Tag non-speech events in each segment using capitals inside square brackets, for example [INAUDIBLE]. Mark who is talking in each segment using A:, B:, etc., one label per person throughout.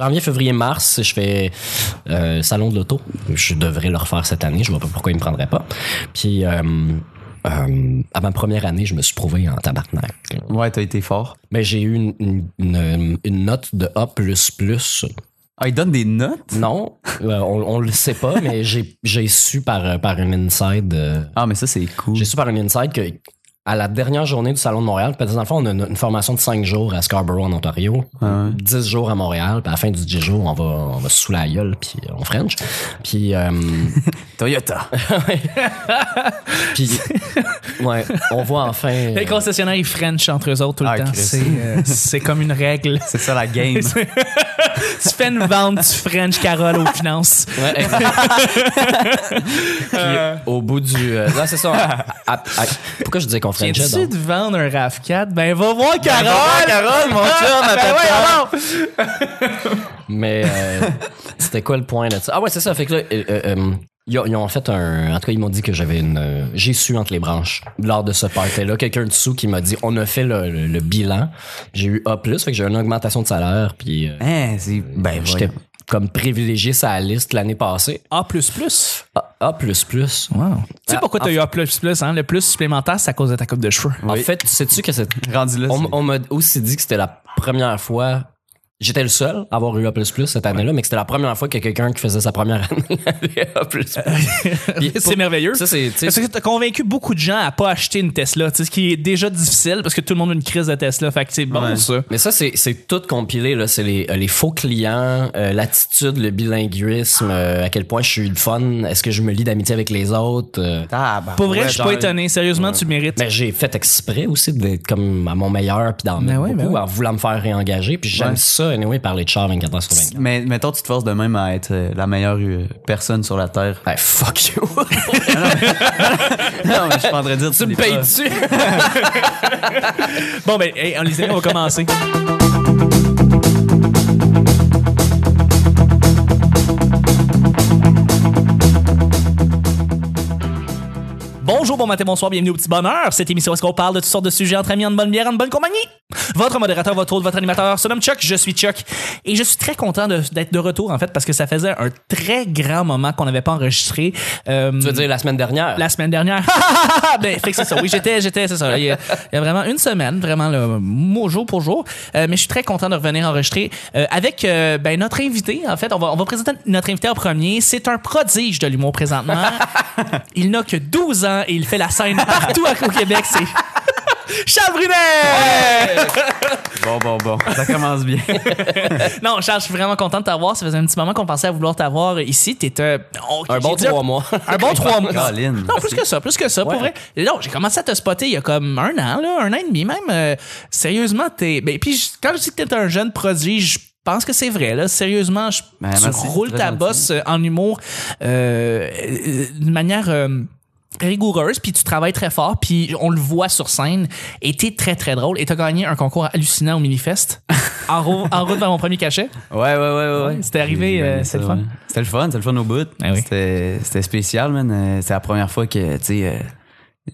A: Janvier, février, mars, je fais euh, salon de l'auto. Je devrais le refaire cette année. Je vois pas pourquoi il me prendrait pas. Puis euh, euh, à ma première année, je me suis prouvé en tabarnak.
B: Ouais, t'as été fort.
A: Mais j'ai eu une, une- une- une note de A++.
B: Ah, il donne des notes?
A: Non, euh, on, on le sait pas, mais j'ai j'ai su par euh, par une inside. euh,
B: Ah, mais ça, c'est cool.
A: J'ai su par une inside que à la dernière journée du Salon de Montréal, parce que dans le fond, on a une, une formation de 5 jours à Scarborough, en Ontario, 10 jours à Montréal, puis à la fin du 10 jours, on va, on va sous la gueule, puis on French. Puis. euh,
B: Toyota.
A: puis ouais, on voit enfin. euh,
C: Les concessionnaires, ils French entre eux autres tout le
B: Ah,
C: temps.
B: Chris.
C: C'est, euh, c'est comme une règle.
B: [LAUGHS] [LAUGHS] c'est ça la game.
C: tu fais une vente, tu French Carole aux finances.
A: Ouais, exact. Puis, au bout du. euh, là, c'est ça. à- à- à- pourquoi je disais qu'on
C: Viens-tu
A: Frenchait donc?
C: de vendre un RAV4? Ben, va voir Carole!
B: Carole,
C: [LAUGHS]
B: mon chum, à
C: Ben,
B: ta
C: ouais,
B: place.
C: alors!
A: Mais
B: [LAUGHS]
A: euh, c'était quoi le point là-dessus? Ah ouais, c'est ça. Fait que là, euh, euh, euh, ils ont- ils ont fait un. En tout cas, ils m'ont dit que j'avais une. euh, J'ai su entre les branches lors de ce party-là. Quelqu'un dessous qui m'a dit on a fait le, le- le bilan. J'ai eu A, fait que j'ai eu une augmentation de salaire. Puis euh,
B: Hein, c'est. Ben,
A: j'étais
B: voyons.
A: comme privilégié sur la liste l'année passée.
C: A++. plus.
A: A. A++. plus
C: Wow. Tu sais
A: Ah,
C: pourquoi t'as eu A++, hein? Le plus supplémentaire, c'est à cause de ta coupe de cheveux.
A: En fait, sais-tu que c'est.
B: Rendu là.
A: On,
B: c'est-
A: on m'a aussi dit que c'était la première fois. J'étais le seul à avoir eu A++ cette année-là, mais que c'était la première fois que quelqu'un qui faisait sa première année [LAUGHS] avait A++. Puis
C: Euh, [LAUGHS] C'est
A: pour-
C: merveilleux.
A: Ça, c'est, tu
C: Parce
A: sais,
C: que t'as convaincu beaucoup de gens à pas acheter une Tesla, tu sais, ce qui est déjà difficile parce que tout le monde a une crise de Tesla. Fait que c'est bon,
B: Ouais.
C: ça.
A: mais ça, c'est, c'est tout compilé. Là. C'est les, euh, les faux clients, euh, l'attitude, le bilinguisme, euh, à quel point je suis le fun, est-ce que je me lie d'amitié avec les autres. euh.
B: Tabarnak.
C: Pour vrai, je suis pas
A: genre-
C: étonné. Sérieusement, tu le mérites.
A: Mais j'ai fait exprès aussi d'être comme à mon meilleur puis d'en mettre
C: ouais, ben
A: beaucoup
C: ouais.
A: en voulant me faire réengager. Puis j'aime
B: Ouais.
A: ça, anyway, parler de char 24 heures sur 24.
B: Mais mettons, tu te forces de même à être euh, la meilleure euh, personne sur
A: [LAUGHS]
B: la Terre.
A: Hey, fuck you!
B: non, mais je prendrais dire
A: tu me
B: l'es pas.
A: payes-tu? [LAUGHS]
C: Bon, ben, hey, on les amis, on va commencer. Bonjour, bon matin, bonsoir, bienvenue au Petit Bonheur. Cette émission, où est-ce qu'on parle de toutes sortes de sujets entre amis, en bonne bière, en bonne compagnie? Votre modérateur, votre hôte, votre animateur se nomme Chuck, je suis Chuck. Et je suis très content de- d'être de retour, en fait, parce que ça faisait un très grand moment qu'on n'avait pas enregistré. Euh,
A: Tu veux dire la semaine dernière?
C: la semaine dernière. [LAUGHS] ben, fait que c'est ça. Oui, j'étais, j'étais, c'est ça. Il y, a, il y a vraiment une semaine, vraiment, là, mot jour pour jour. Euh, mais je suis très content de revenir enregistrer euh, avec euh, ben, notre invité. En fait, on va, on va présenter notre invité en premier. C'est un prodige de
A: [LAUGHS]
C: l'humour présentement. il n'a que 12 ans et il fait la scène partout à- au Québec. C'est Charles Brunet!
B: Bon, bon, bon. Ça commence bien.
C: Non, Charles, je suis vraiment content de t'avoir. Ça faisait un petit moment qu'on pensait à vouloir t'avoir ici. T'étais... oh,
A: Un
C: j'ai
A: bon
C: dit un-
A: trois mois.
C: Un bon trois mois.
B: Colin.
C: [LAUGHS] Non, plus que ça, plus que ça, pour vrai. Et Non, j'ai commencé à te spotter il y a comme un an, là, un an et demi même. Euh, sérieusement, t'es. Ben, puis je- quand je dis que t'es un jeune prodige, je pense que c'est vrai, là. Sérieusement, je-
B: Ben,
C: tu
B: merci,
C: roules
B: c'est
C: ta
B: très
C: bosse euh, en humour euh, euh, d'une manière. euh, rigoureuse puis tu travailles très fort puis on le voit sur scène et t'es très très drôle et t'as gagné un concours hallucinant
B: [LAUGHS]
C: au Minifest en, rou- en route vers mon premier cachet
B: Ouais, ouais, ouais, ouais. ouais.
C: C'était arrivé,
B: J'ai
C: euh,
B: aimé Ben, ça,
C: c'est le fun.
B: ouais. C'était le fun, c'était le fun au bout.
C: Ah oui.
B: C'était c'était spécial, man. Euh, C'était la première fois que, tu sais, euh,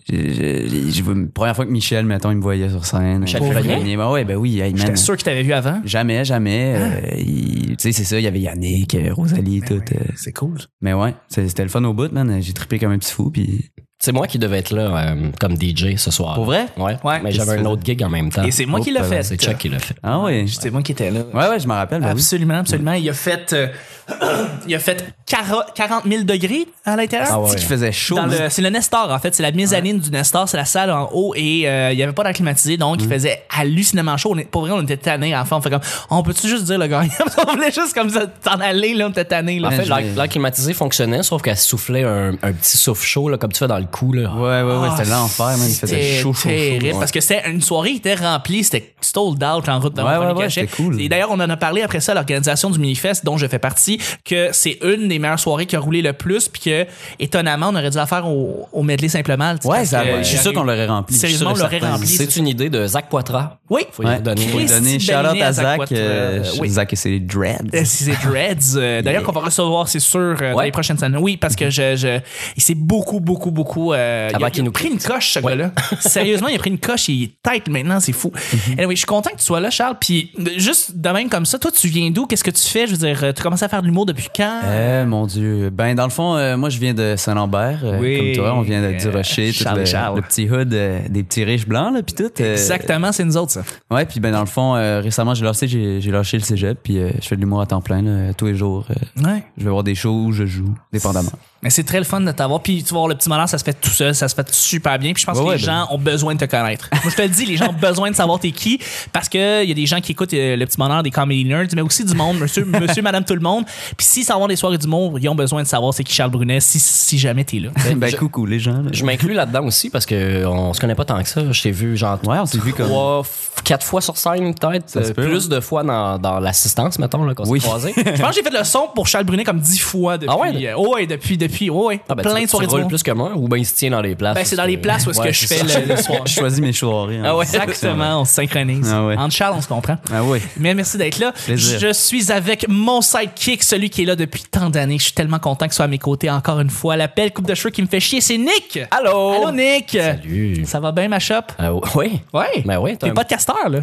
B: j'ai- j'ai- j'ai- j'ai- première fois que Michel, mettons, il me voyait sur scène.
A: Michel
B: Euh,
A: Grenier?
B: Grenier. Ben ouais, ben oui, hey, man.
C: j'étais sûr Ah. que t'avais vu avant
B: Jamais, jamais. euh, il- tu sais, c'est ça, il y avait Yannick, euh, Rosalie, tout. euh,
C: Ben c'est cool
B: mais ouais, c'est- c'était le fun au bout, man. J'ai trippé comme un petit fou, puis
A: C'est moi qui devais être là euh, comme DJ ce soir.
B: Pour vrai?
A: Ouais.
C: Ouais.
A: Mais j'avais un autre gig en même temps.
C: et c'est moi qui l'ai
B: Oh,
C: fait
A: C'est Chuck qui l'a fait.
B: Ah ouais.
C: c'est moi qui étais là
B: Ouais, ouais, je m'en
A: Bah
B: rappelle. ben oui.
C: Absolument, absolument. Il a fait, euh, [CLEARS THROAT] il a fait quara- 40 000 degrés à l'intérieur.
A: Ah ouais.
B: C'est qu'il faisait chaud.
C: Dans
B: man.
C: le- c'est le Nestor, en fait. C'est la mezzanine du Nestor. C'est la salle en haut et euh, il n'y avait pas d'air climatisé. Donc,
A: Mm.
C: il faisait hallucinamment chaud. On est- pour vrai, on était tannés. Enfin, on fait comme, on peut-tu juste dire le gagnant? [LAUGHS] on voulait juste comme ça, t'en aller, là, on était tannés, là.
A: En fait,
B: Ben, je
A: l'air
B: l'ai-
A: l'air climatisé fonctionnait, sauf qu'elle soufflait un, un petit souffle chaud, là, comme tu fais dans le cou. Là.
B: Ouais, ouais, ouais, c'était l'enfer, man. Il faisait
C: Ah, C'était
B: chaud, chaud, chaud.
C: terrible,
B: ouais.
C: Parce que c'était une soirée qui était remplie, c'était sold out en route dans
B: Ouais,
C: mon premier
B: ouais, ouais,
C: cachet.
B: c'était cool.
C: Et d'ailleurs, on en a parlé après ça à l'organisation du Minifest dont je fais partie, que c'est une des meilleures soirées qui a roulé le plus, puis que, étonnamment, on aurait dû la faire au, au Medley Saint-Plemal. tu sais,
B: Ouais,
C: parce
B: ça,
C: que
B: je suis sûr qu'on l'aurait rempli.
C: Sérieusement,
B: Je suis sûr
C: on l'aurait
B: et certain.
C: rempli.
A: C'est une idée de Zach Poitras.
C: Oui.
A: Faut lui redonner.
B: Faut lui
C: Christy
B: donner
C: de
B: shout out
C: Bellini
B: à
C: à Zach
B: Zach. euh,
C: Poitras. Oui.
B: Zach et ses dreads.
C: Euh, Si c'est Dreads, euh, d'ailleurs qu'on va recevoir, c'est sûr, euh, dans
A: Ouais.
C: les prochaines semaines. Oui, parce que je, je, il s'est beaucoup, beaucoup, beaucoup où euh, il, a,
A: Avant qu'il
C: il a
A: nous
C: pris une coche,
A: [LAUGHS]
C: ce gars-là. Sérieusement, il a pris une coche, il est tête maintenant, c'est fou.
A: Mhm.
C: Anyway, je suis content que tu sois là, Charles. Puis euh, juste de même comme ça, toi, tu viens d'où? Qu'est-ce que tu fais? Je veux dire, euh, tu commences à faire de l'humour depuis quand?
A: Euh,
B: Eh, mon Dieu. Ben, dans le fond, euh, moi, je viens de Saint-Lambert, euh,
C: Oui. Euh,
B: comme toi. On vient de, du Rocher, tout
C: Charles,
B: le,
C: Charles.
B: le petit hood euh, des petits riches blancs, là, puis tout. euh,
C: Exactement, c'est nous autres, ça.
B: Ouais, puis ben, dans le fond, euh, récemment, j'ai lâché, j'ai, j'ai lâché le cégep, puis euh, je fais de l'humour à temps plein, là, tous les jours. euh,
C: Ouais.
B: je vais voir des shows où je joue, dépendamment.
C: [LAUGHS] Mais c'est très le fun de t'avoir. Puis tu vas voir, le petit malheur, ça se fait tout seul, ça se fait super bien. Puis je pense
B: Ouais,
C: que
B: ouais,
C: les
B: ben-
C: gens ont besoin de te connaître. [LAUGHS] Moi, je te le dis, les gens ont besoin de savoir t'es qui parce que il y a des gens qui écoutent euh, le petit malheur des comedy nerds, mais aussi du monde,
A: [LAUGHS]
C: monsieur, monsieur, madame, tout le monde. Puis s'ils s'en vont des soirées du monde, ils ont besoin de savoir c'est qui Charles Brunet si, si jamais t'es là.
B: ben, coucou, les gens. là.
A: Je m'inclus là-dedans aussi parce que on se connaît pas tant que ça. Je t'ai vu genre
B: Ouais, on s'est vu comme-
A: trois, f- quatre fois sur scène peut-être,
B: se
A: euh,
B: peut,
A: plus de fois dans, dans l'assistance mettons là qu'on
B: Oui.
A: s'est croisés.
C: Je pense que j'ai fait le son pour Charles Brunet comme dix fois depuis.
A: Ah ouais?
C: euh, ouais, depuis, depuis, ouais, ouais.
A: Ah, ben,
C: Plein
A: tu-
C: de soirées
A: tu
C: du
A: roules
C: monde.
A: plus que moi ou ben il se tient dans les places.
C: Ben, c'est dans les places où est-ce
A: Ouais,
C: que je
A: c'est
C: fais
A: ça.
C: le, le soir.
B: Je choisis mes soirées. hein.
C: Ah ouais,
B: Ouais.
C: exactement, on se synchronise.
B: Ah ouais.
C: Entre Charles, on se comprend.
B: Ah ouais.
C: Mais merci d'être là.
B: Plaisir.
C: Je suis avec mon sidekick, celui qui est là depuis tant d'années. Je suis tellement content qu'il soit à mes côtés encore une fois. La belle coupe de cheveux qui me fait chier, c'est Nick.
A: Allô.
C: Allô, Nick.
A: Salut.
C: Ça va bien, ma shop?
A: Ah, oui.
C: Ouais.
A: Ben ouais, t'as
C: T'es
A: un-
C: podcasteur, là.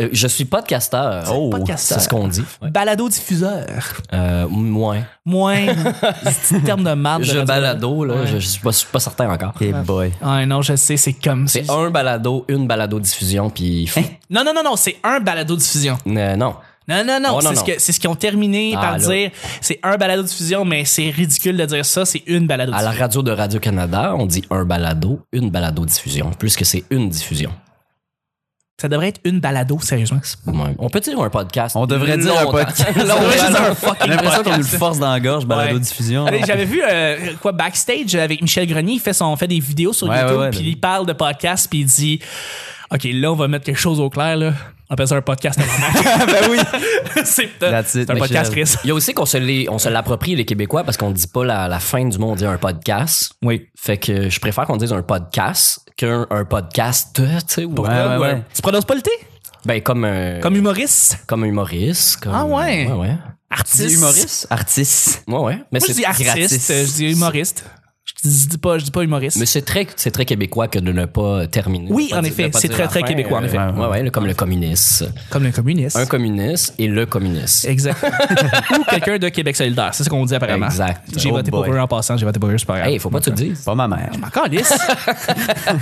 A: Euh, Je suis podcasteur.
C: Oh, podcasteur.
A: c'est ce qu'on dit. Ouais.
C: Balado diffuseur.
A: Euh, moins.
C: Moins.
A: [LAUGHS]
C: petit terme de marde. de
A: Je
C: radio.
A: balado là,
C: Ouais.
A: je, je suis pas, je suis pas certain encore.
B: Hey boy.
C: Ah, non, je sais, c'est comme ça.
A: C'est un balado, une balado diffusion puis
C: Non, non, non, non, c'est un balado diffusion.
A: Euh, non.
C: Non, non, non,
A: Oh, non,
C: c'est ce
A: non.
C: que- c'est ce qu'ils ont terminé
A: Ah,
C: par
A: là.
C: dire. C'est un balado diffusion, mais c'est ridicule de dire ça. C'est une balado
A: À la
C: diffusion.
A: radio de Radio-Canada, on dit un balado, une balado-diffusion, puisque c'est une diffusion.
C: Ça devrait être une balado, sérieusement.
A: Ou même- On peut dire un podcast.
B: On devrait dire un podcast.
A: [LAUGHS] Longtemps.
C: Ça
A: Longtemps.
C: devrait juste être un
B: J'ai
C: fucking
B: l'impression qu'on nous le
C: podcast.
B: force dans la gorge, balado
C: Ouais.
B: diffusion.
C: Allez, J'avais vu euh, quoi backstage avec Michel Grenier, il fait son fait des vidéos sur
B: Ouais,
C: YouTube,
B: ouais, ouais,
C: puis
B: le-
C: il parle de podcast, puis il dit OK, là on va mettre quelque chose au clair là. On appelle ça un podcast
B: [LAUGHS]
C: tabarnak.
B: ben oui.
C: [LAUGHS] c'est
B: That's it,
C: c'est un podcast
B: Michel.
C: Chris.
A: Il y a aussi qu'on se l'est- on se l'approprie, les Québécois, parce qu'on dit pas la, la fin du mot, on dit un podcast.
C: Oui.
A: Fait que je préfère qu'on dise un podcast qu'un un podcast, tu sais, ou,
B: Ouais, ouais, ouais.
C: Euh, Tu prononces pas le T
A: ben comme un,
C: comme humoriste,
A: comme humoriste. comme-
C: Ah ouais.
A: Ouais, ouais.
C: artiste,
B: Artiste.
A: Ouais, ouais. Mais
C: Moi, je
A: c'est
C: dis artiste,
B: gratis.
C: euh, je dis humoriste. Je dis, je dis pas je dis pas humoriste.
A: mais c'est très, c'est très québécois que de ne pas terminer.
C: Oui,
A: De pas
C: en
A: dire-
C: effet,
A: de pas
C: c'est
A: dire
C: très,
A: la
C: très
A: fin,
C: québécois, en
A: euh,
C: effet.
A: Ouais, ouais, le- comme le communiste.
C: comme le communiste.
A: Un communiste et le communiste.
B: [LAUGHS]
C: Exact. Ou quelqu'un de Québec solidaire, c'est ce qu'on dit apparemment.
A: Exact.
C: J'ai
B: Oh
C: voté
B: boy.
C: pour eux en passant, j'ai voté pour eux, c'est pas grave.
A: Hey, faut pas que tu le dises.
B: Pas ma mère.
A: [LAUGHS]
C: Ma calisse.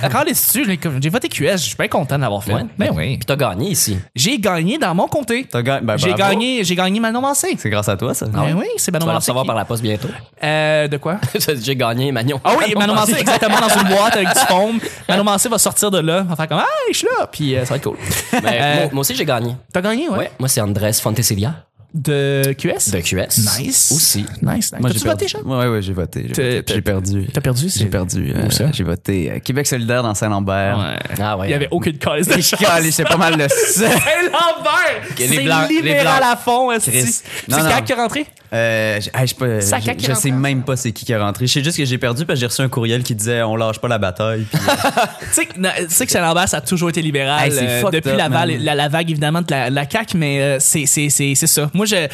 C: Ma calisse tu J'ai voté QS. Je suis bien content de l'avoir fait.
A: Ouais.
C: Ben oui.
A: Puis t'as gagné ici.
C: J'ai gagné dans mon comté.
B: T'as gagné- ben,
C: J'ai
B: bravo.
C: gagné, j'ai gagné Manon Mancé.
B: C'est grâce à toi, ça.
C: Ben oui,
A: Tu
C: c'est Manon
A: vas le
C: Mancé.
A: recevoir
C: qui-
A: par la poste bientôt. [LAUGHS]
C: Euh, de quoi?
A: J'ai gagné, Magnon.
C: Ah oui,
A: [LAUGHS]
C: Manon Mancé, exactement, dans une boîte avec du foam. Manon Mancé va sortir de là, va faire comme Ah, je suis là, puis euh, ça va être cool.
A: Mais
C: Euh,
A: moi, moi aussi, j'ai gagné.
C: T'as gagné, ouais?
A: Ouais. Moi, c'est Andrés Fontesilia
C: De QS?
A: de QS.
C: Nice.
A: Aussi.
C: Nice, nice. T'as-tu voté,
B: Jean?
C: Jean?
B: Ouais, ouais, j'ai voté. j'ai
C: T'as-
B: voté. J'ai perdu.
C: T'as perdu, c'est-
B: J'ai perdu. euh,
C: Où ça?
B: J'ai voté euh, Québec solidaire dans Saint-Lambert. [LAUGHS]
A: Ah ouais.
C: Il y avait aucune cause de chance.
B: Calé,
C: [LAUGHS]
B: c'est pas mal le seul.
C: Saint-Lambert!
A: les
C: C'est
A: Blancs- les
C: libéral
A: Blancs.
C: à fond, est-ce que-
B: Chris.
C: C'est
B: Non, non.
C: quand qui est rentré?
B: Euh, j'ai- hey, je sais pas-
C: Sac à
B: je-
C: qui
B: je
C: rentre.
B: sais même pas c'est qui qui est rentré. Je sais juste que j'ai perdu parce que j'ai reçu un courriel qui disait on lâche pas la bataille. Puis, euh,
C: Tu sais que- non, tu sais que Saint-Lambert, ça a toujours été libéral.
B: Hey, c'est
C: euh,
B: fucked
C: depuis
B: up,
C: la,
B: man.
C: vague- la, la vague, évidemment, de la, la CAQ, mais euh, c'est, c'est, c'est, c'est ça. Moi, je,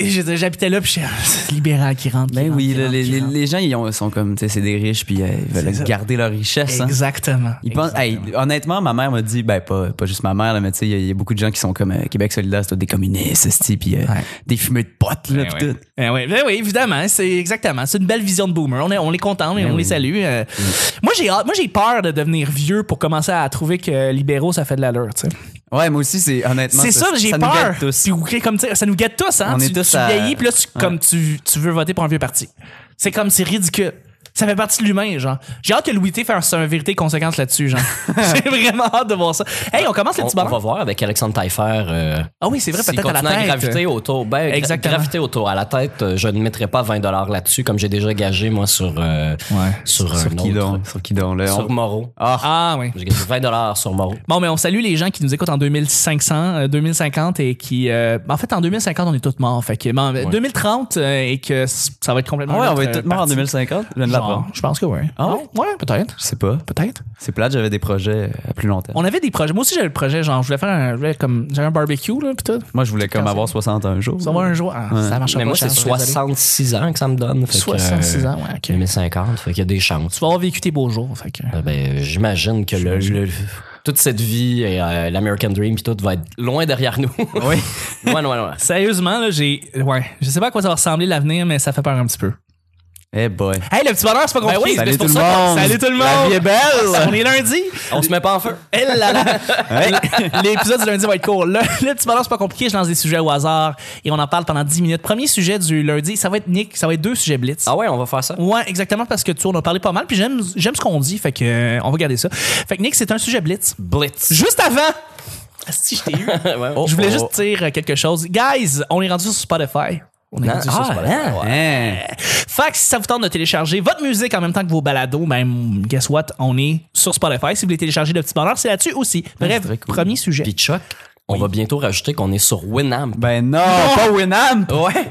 C: je- j'habitais là, puis j'étais, ah, c'est libéral qui rentre.
B: [LAUGHS]
C: qui
B: ben
C: rentre,
B: oui,
C: qui
B: là,
C: rentre,
B: les,
C: qui
B: les-
C: rentre.
B: les gens ils ont- sont comme, tu sais, c'est des riches puis euh, ils veulent
C: ça.
B: garder leur richesse. hein.
C: Exactement.
B: Ils pensent- hey, honnêtement, ma mère m'a dit, ben pas, pas juste ma mère, là, mais tu sais, il y a- il y, a beaucoup de gens qui sont comme euh, Québec solidaire, c'est tous des communistes, esti, puis euh,
C: Ouais.
B: des fumeux de potes, là,
C: Ben
B: puis
C: oui.
B: tout.
C: Ben oui, ben oui, évidemment, c'est exactement. C'est une belle vision de boomer. On est, on les contente,
B: Ben
C: mais on les salue. euh.
B: Mm.
C: Moi, j'ai, hâte- moi, j'ai peur de devenir vieux pour commencer à trouver que libéraux, ça fait de l'allure, tu sais.
B: Ouais, moi aussi, c'est honnêtement.
C: C'est ça, j'ai
B: nous
C: peur.
B: guette tous.
C: Puis, ok, comme tu sais, ça nous guette tous, hein.
B: On
C: tu,
B: est tous
C: tu
B: à-
C: vieillis, puis là, tu, comme tu, tu veux voter pour un vieux parti. C'est comme, c'est ridicule. Ça fait partie de l'humain, genre. J'ai hâte que Louis T fasse un vérité conséquence
B: [LAUGHS]
C: là-dessus, genre. [LAUGHS] J'ai vraiment hâte de voir ça. Hey, on commence le
A: On,
C: petit
A: on va
C: bonheur.
A: voir avec Alexandre Taillefer. euh,
C: Ah oui, c'est vrai,
A: s'il
C: peut-être à la
A: continue
C: tête.
A: graviter autour. Ben, gra-
C: Exactement.
A: graviter autour. À la tête, euh, je ne mettrai pas 20 là-dessus, comme j'ai déjà gagé, moi, sur, euh,
C: Ouais.
A: sur, un
B: Sur qui
A: autre.
B: donc? Sur qui donc, là?
A: Sur
B: on-
A: Moreau.
B: Ah,
C: Ah oui.
A: J'ai gagné 20 sur Moreau.
C: Bon, mais on salue les gens qui nous écoutent en 2500, euh, 2050 et qui... euh, en fait, en 2050, ben, on est tous morts. Fait que, ben, 2030 euh, et que c- ça va être complètement...
B: ouais,
C: un
B: on va
C: autre,
B: être
C: euh,
B: tous morts en
C: parti.
B: 2050. Je viens de
C: Genre,
B: Bon.
C: Je pense que oui.
B: Ah
C: ouais? Ouais, peut-être.
B: Je sais pas.
C: Peut-être.
B: C'est plate, j'avais des projets euh, à plus long terme.
C: On avait des projets. Moi aussi, j'avais le projet, genre, je voulais faire un, je voulais comme, j'avais un barbecue, là, pis tout.
B: Moi, je voulais comme
C: Quand
B: avoir 60 un jour.
C: Ça va un jour. Ah, Ça marche
A: Mais
C: pas.
A: moi, c'est
C: Charles, je suis désolé.
A: 66 ans que ça me donne. fait que,
C: 66
A: euh,
C: ans, ouais, ok.
A: 2050, fait qu'il y a des chances.
C: Tu vas avoir vécu tes beaux jours, fait que.
A: Euh, Ben, j'imagine que le, le- toute cette vie et euh, l'American Dream pis tout va être loin derrière nous.
B: [LAUGHS] Oui.
A: [LAUGHS] ouais, ouais, ouais.
C: Sérieusement, là, j'ai. Ouais. Je sais pas à quoi ça va ressembler l'avenir, mais ça fait peur un petit peu.
B: Eh boy.
C: Hey, le petit bonheur, c'est pas compliqué.
A: Ben oui,
C: c'est
B: Salut
C: pour
B: tout le
C: ça que-
B: monde.
C: Salut tout le
B: La vie est
C: monde. [LAUGHS] On
B: belle.
C: est lundi.
A: On se met pas en feu.
C: Eh
B: [LAUGHS]
C: là là. [LAUGHS] L'épisode du lundi va être court. Le, le petit bonheur, c'est pas compliqué. Je lance des sujets au hasard et on en parle pendant 10 minutes. Premier sujet du lundi, ça va être Nick. Ça va être deux sujets blitz.
A: Ah ouais, on va faire ça.
C: Ouais, exactement, parce que tu en as parlé pas mal, puis j'aime, j'aime ce qu'on dit, fait que euh, on va garder ça. Fait que Nick, c'est un sujet blitz.
A: Blitz. [LAUGHS]
C: Juste avant, Asti, je t'ai eu.
A: Ouais.
C: [LAUGHS] je voulais
B: oh.
C: juste dire euh, quelque chose. Guys, on est rendu sur Spotify. On est
A: Non,
C: rendu sur
A: ah,
C: Spotify.
A: hein?
B: Hein.
C: Fait que si ça vous tente de télécharger votre musique en même temps que vos balados, ben, guess what? On est sur Spotify. Si vous voulez télécharger le petit bonheur, c'est là-dessus aussi. Bref,
B: c'est très cool.
C: premier sujet.
A: Puis Chuck, on va bientôt rajouter qu'on est sur Winamp.
B: Ben non, pas Winamp.
C: Oh.
A: Ouais. [LAUGHS]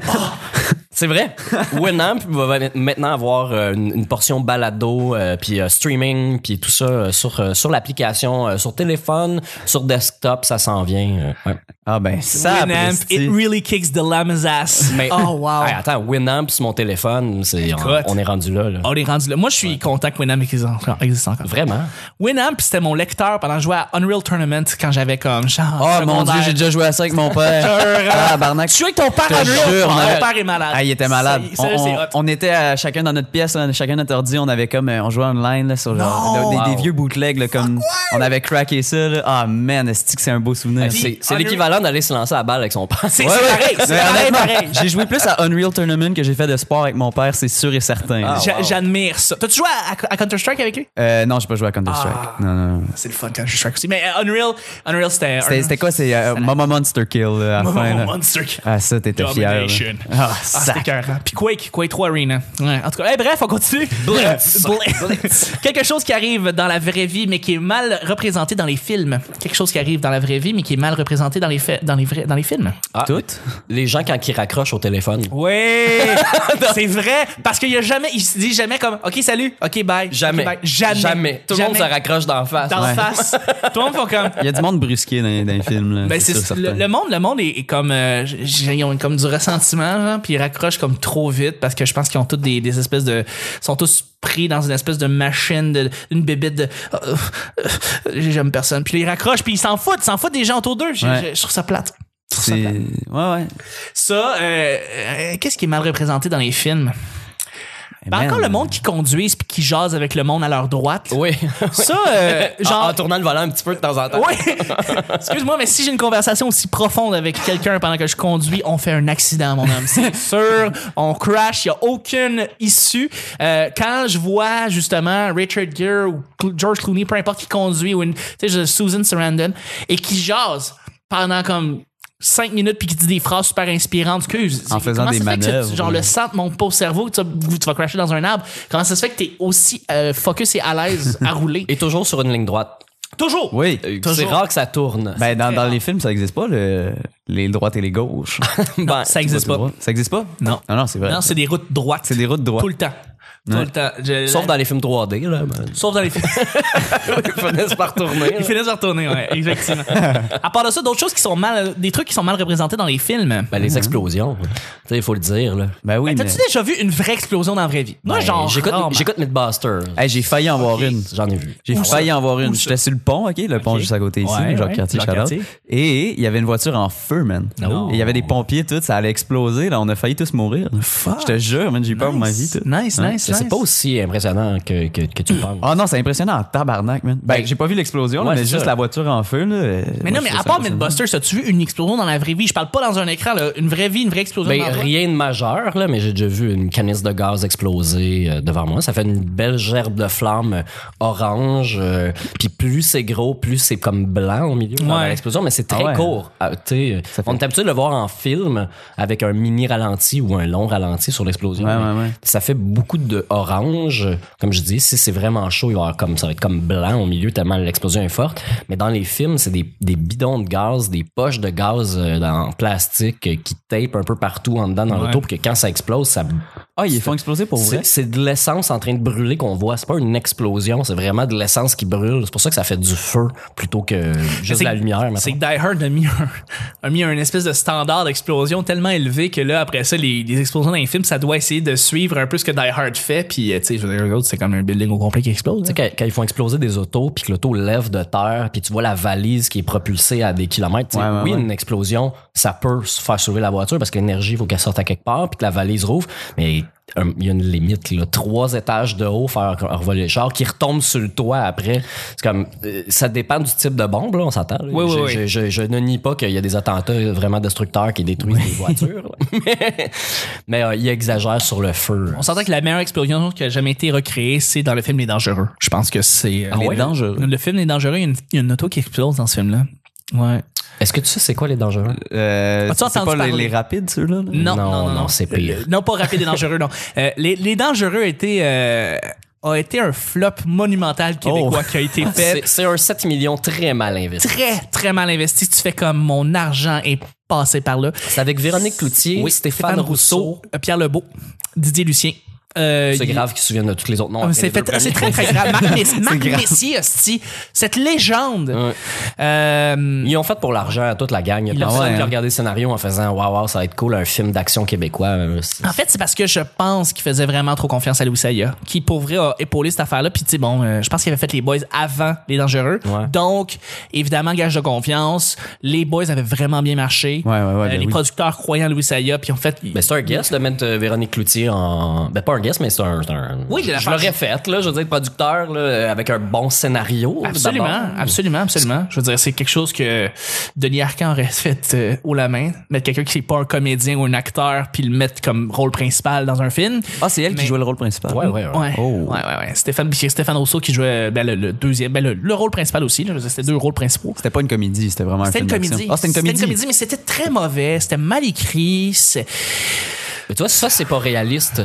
A: C'est vrai. Winamp [LAUGHS] va maintenant avoir euh, une, une portion balado, euh, puis euh, streaming, puis tout ça euh, sur, euh, sur l'application, euh, sur téléphone, sur desktop, ça s'en vient. euh, ouais.
B: Ah ben ça,
C: Winamp,
B: Presti.
C: it really kicks the lamb's ass.
A: Mais-
C: oh,
A: [LAUGHS]
C: wow.
A: Hey, attends, Winamp sur mon téléphone, c'est, on,
C: Écoute. Ah,
A: on est rendu là. là.
C: On est rendu là. Moi, je suis content que Winamp existe encore. existe encore.
A: Vraiment?
C: Winamp, c'était mon lecteur pendant que je jouais à Unreal Tournament quand j'avais comme genre.
B: Oh mon dieu,
C: secondaire.
B: j'ai déjà joué à ça avec mon
C: [LAUGHS]
B: père. ah, barnac.
C: Tu jouais avec ton père
B: Je
C: à
B: te
C: Unreal.
B: jure,
C: Ah, Mon
B: man.
C: père est malade.
B: Ah, il était malade.
C: Ça,
B: On,
C: ça, c'est
B: on-
C: hot.
B: on était à chacun dans notre pièce, on- chacun notre ordi, on avait comme euh, on jouait online là, sur genre,
C: Non!
B: des, des
A: Wow.
B: vieux bootlegs là, comme on avait cracké ça. là. Ah man, est-ce que c'est un beau souvenir.
A: C'est, c'est
C: Unreal-
A: l'équivalent d'aller se lancer à la balle avec son père.
C: C'est
B: Ouais,
C: c'est
B: ouais.
C: pareil, c'est
B: Mais
C: pareil,
B: honnêtement,
C: pareil.
B: J'ai joué plus à Unreal Tournament que j'ai fait de sport avec mon père, c'est sûr et certain.
A: Ah,
C: J'a-
A: wow.
C: J'admire ça. T'as-tu joué à, à- à Counter-Strike avec lui?
B: Euh, non, j'ai pas joué à Counter-Strike.
C: Ah,
B: Non, non, non.
C: C'est le fun Counter-Strike aussi. Mais euh, Unreal, Unreal c'était.
B: C'était c'était quoi? C'est euh, Mama Monster Kill là, à la fin. là.
C: Monster Kill.
B: Ah, ça, t'étais fier.
C: Domination.
B: là. Ah,
C: Ah, c'était
B: ça.
C: écœurant. Puis Quake, Quake 3 Arena. Ouais, en tout cas, eh, bref, on continue.
A: Blitz.
C: [LAUGHS] Blitz. Quelque chose qui arrive dans la vraie vie, mais qui est mal représenté dans les films. Quelque chose qui arrive dans la vraie vie, mais qui est mal représenté dans les, faits- dans les, vrais- dans les films.
A: Ah,
B: Tout?
A: Les gens, quand ils raccrochent au téléphone, [LAUGHS]
C: Oui! c'est vrai! Parce qu'il y a jamais, il se dit jamais comme, OK, salut, OK, bye.
A: jamais.
C: OK, bye. jamais.
A: Jamais. Tout le monde se raccroche d'en face.
C: Dans
A: Ouais.
C: le face. Tout le monde
A: [LAUGHS]
C: font comme,
B: Il y a du monde brusqué dans, les- dans les films. Là,
C: ben,
B: c'est sûr
C: c'est,
B: et
C: le,
B: certain.
C: le monde, le monde est, est comme, euh, j- j- ils ont comme du ressentiment, genre, puis ils raccrochent comme trop vite parce que je pense qu'ils ont tous des, des espèces de, sont tous pris dans une espèce de machine, de, une bébite de, euh, euh, euh, j'aime personne. Puis ils raccrochent, puis ils s'en foutent, ils s'en foutent des gens autour d'eux. Je-
B: Ouais.
C: je- je trouve ça plate.
B: C'est- Ouais, ouais.
C: Ça, euh, euh, qu'est-ce qui est mal représenté dans les films?
B: Eh,
C: Ben,
B: man.
C: encore le monde qui conduisent puis qui jase avec le monde à leur droite.
A: Oui.
C: Ça, euh,
A: Genre... En,
C: [LAUGHS] genre.
A: tournant le volant un petit peu de temps en temps.
C: Ouais. [LAUGHS] Excuse-moi, mais si j'ai une conversation aussi profonde avec quelqu'un pendant que je conduis, on fait un accident, mon homme.
B: [LAUGHS]
C: C'est sûr. On crash. Il n'y a aucune issue. Euh, quand je vois, justement, Richard Gere ou Cl- George Clooney, peu importe qui conduit, ou une, tu sais, je- Susan Sarandon, et qui jase pendant comme. cinq minutes puis qui dit des phrases super inspirantes. Excuse.
B: En faisant
C: comment
B: des
C: ça fait que ce-
B: manœuvres.
C: genre, le sang te monte pas au cerveau, tu vas, tu vas crasher dans un arbre. Comment ça se fait que t'es aussi euh, focus et à l'aise à rouler?
A: Et toujours sur une ligne droite.
C: toujours!
B: Oui.
A: Euh, C'est
C: Toujours.
A: rare que ça tourne.
B: Ben, dans,
C: très
B: dans
C: rare.
B: les films, ça n'existe pas, le- les droites et les gauches.
A: Ben,
C: [LAUGHS] ça existe pas.
B: Ça n'existe pas?
C: Non.
B: Non, non, c'est vrai.
C: Non, c'est des routes droites.
B: C'est des routes droites.
C: Tout le temps. Tout
B: Ouais.
C: le temps. Je-
A: Sauf dans les films 3D, là. ben,
C: [LAUGHS] Sauf dans
A: [LAUGHS]
C: les films.
A: ils finissent par tourner.
C: Ils finissent de retourner, ouais, effectivement. à part de ça, d'autres choses qui sont mal. Des trucs qui sont mal représentés dans les films.
A: [LAUGHS] Ben, les explosions. Tu sais, il faut le dire, là.
B: Ben oui, mais...
C: T'as-tu déjà vu une vraie explosion dans la vraie vie? Moi,
A: Ben,
C: genre.
A: J'écoute,
C: rarement.
A: j'écoute Mythbusters.
B: Hey, j'ai failli en voir une.
A: J'en ai vu.
B: J'ai failli en voir une. J'étais sur le pont, OK? Le pont
C: Ok.
B: juste à côté ici,
C: Ouais,
B: genre
C: ouais,
B: quartier
C: Jacques
B: Charlotte.
C: Cartier.
B: Et il y avait une voiture en feu, man.
C: Non.
B: Et Il y avait des pompiers, tout. Ça allait exploser. Là, on a failli tous mourir.
C: Fuck.
B: Je te jure, man, j'ai eu peur pour ma vie, tout.
C: Nice,
B: Ouais.
C: nice,
A: Mais
C: nice.
A: C'est pas aussi impressionnant que, que, que tu le penses.
B: Oh non, c'est impressionnant en tabarnak, man. Ben,
A: Ben,
B: j'ai pas vu l'explosion, là,
A: ouais,
B: mais
A: c'est
B: juste
A: ça.
B: la voiture en feu, là.
C: Mais non, mais à part Mythbusters, as-tu vu une explosion dans la vraie vie? Je parle pas dans un écran, là. Une vraie vie, une vraie explosion.
A: Ben,
C: dans la vraie-
A: rien de majeur, là, mais j'ai déjà vu une canisse de gaz exploser euh, devant moi. Ça fait une belle gerbe de flammes euh, orange. euh, Puis plus c'est gros, plus c'est comme blanc au milieu pendant
C: Ouais.
A: l'explosion, mais c'est très
B: Ah ouais.
A: court. Ah, tu sais, On est habitué de le voir en film avec un mini ralenti ou un long ralenti sur l'explosion.
B: Ouais,
A: mais
B: ouais, ouais.
A: Ça fait beaucoup de orange. Comme je dis, si c'est vraiment chaud, il va y avoir comme, ça va être comme blanc au milieu tellement l'explosion est forte. Mais dans les films, c'est des, des bidons de gaz, des poches de gaz euh, en plastique euh, qui tapent un peu partout en dedans dans
C: Ouais.
A: l'auto pour que quand ça explose, ça
B: Ah, ils font exploser pour vrai?
A: C'est c'est de l'essence en train de brûler qu'on voit. C'est pas une explosion, c'est vraiment de l'essence qui brûle. C'est pour ça que ça fait du feu plutôt que juste
C: C'est-
A: de la lumière.
C: C'est que
A: mettons.
C: Die Hard a mis un, a mis un espèce de standard d'explosion tellement élevé que là, après ça, les, les explosions dans les films, ça doit essayer de suivre un peu ce que Die Hard fait. Puis, euh, tu sais, je veux dire, l'autre, c'est comme un building au complet qui explose. là.
A: Tu sais, quand, quand ils font exploser des autos, puis que l'auto lève de terre, puis tu vois la valise qui est propulsée à des kilomètres. tu sais,
B: Ouais, ouais,
A: oui,
B: ouais.
A: une explosion, ça peut se faire sauver la voiture parce que l'énergie, il faut qu'elle sorte à quelque part, puis que la valise rouvre. Mais euh, il y a une limite, là. Trois étages de haut, faire revoler le char qui retombe sur le toit après. C'est comme. euh, ça dépend du type de bombe, là, on s'entend. là.
C: Oui, oui,
A: je,
C: oui.
A: je- je- je ne nie pas qu'il y a des attentats vraiment destructeurs qui détruisent des voitures. là. [LAUGHS] mais euh, il exagère sur le feu.
C: On s'entend que la meilleure explosion qui a jamais été recréée, c'est dans le film Les Dangereux. Je pense que c'est.
A: Ah
C: euh,
B: Les
C: les-
B: dangereux.
C: Le film Les Dangereux, il y, a une- il y a une auto qui explose dans ce film-là. Ouais.
A: Est-ce que tu sais c'est quoi les dangereux?
B: Euh,
C: As-tu
B: c'est
C: entendu
B: pas les,
C: parler?
B: les rapides, ceux-là? là?
C: Non, non, non, non.
A: c'est pire.
C: Euh, Non, pas rapide et dangereux, non. Euh, les, les dangereux étaient, euh, a été un flop monumental
A: Oh.
C: québécois qui
A: [LAUGHS]
C: a été fait.
A: C'est- C'est un 7 millions très mal investi.
C: Très, très mal investi. Tu fais comme mon argent est passé par là.
A: C'est avec Véronique Cloutier,
C: Oui,
A: Stéphane, Rousseau.
C: euh, Pierre Lebeau, Didier Lucien. Euh,
A: C'est
C: il-
A: grave qu'ils se souviennent de tous les autres noms.
C: Ah,
A: après
C: C'est
A: les deux
C: fait- c'est très,
A: premiers.
C: très grave. Marc, Mess- Marc
B: grave.
C: Messier, hostie, cette légende.
A: Ouais.
C: Euh,
A: Ils ont fait pour l'argent à toute la gang. Il y a personne
B: Ah ouais,
A: qui a
B: hein.
A: regardé le scénario en faisant Waouh, wow, ça va être cool, un film d'action québécois. Euh, c'est-
C: En fait, c'est parce que je pense qu'il faisait vraiment trop confiance à Louis Saya, qui pour vrai a épaulé cette affaire-là. Puis tu sais, bon, euh, je pense qu'il avait fait les boys avant les dangereux.
A: Ouais.
C: Donc, évidemment, gage de confiance. Les boys avaient vraiment bien marché. Euh,
B: Ouais, ouais, ouais, ben
C: les
B: oui.
C: producteurs croyant à Louis Saya, puis en fait, ils-
A: Ben, c'est un guess de mettre euh, Véronique Cloutier en. Ben, pas un guess, mais c'est un. c'est un-
C: Oui, de la
A: je
C: part-
A: l'aurais fait, là. Je veux dire, producteur, là, euh, avec un bon scénario.
C: Ah, Absolument,
A: d'abord.
C: absolument, absolument. Je veux dire, c'est quelque chose que Denis Arcand aurait fait euh, haut la main, mettre quelqu'un qui n'est pas un comédien ou un acteur, puis le mettre comme rôle principal dans un film.
B: Ah, c'est elle
C: Mais-
B: qui jouait le rôle principal.
A: Ouais, ouais, ouais.
C: Ouais,
B: Oh.
C: ouais, ouais, ouais. Stéphane, puis Stéphane Rousseau qui jouait ben, le, le deuxième, ben, le, le rôle principal aussi. là. Je veux dire, C'était deux rôles principaux.
B: C'était pas une comédie, c'était vraiment un
C: C'était
B: film
C: une
B: d'action.
C: comédie.
B: Ah, c'était une comédie.
C: mais c'était très mauvais. C'était mal écrit. c'est-
A: Mais tu vois, ça, c'est pas réaliste.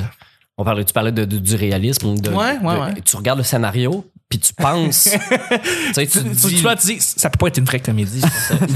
A: On parlait, tu parlais de, de- du réalisme. De,
C: Ouais, ouais,
A: de-
C: ouais.
A: Tu regardes le scénario, puis tu
C: [LAUGHS]
A: penses. tu sais, tu te
C: Tu,
A: dis-
C: tu vois, tu dis, ça peut pas être une vraie comédie.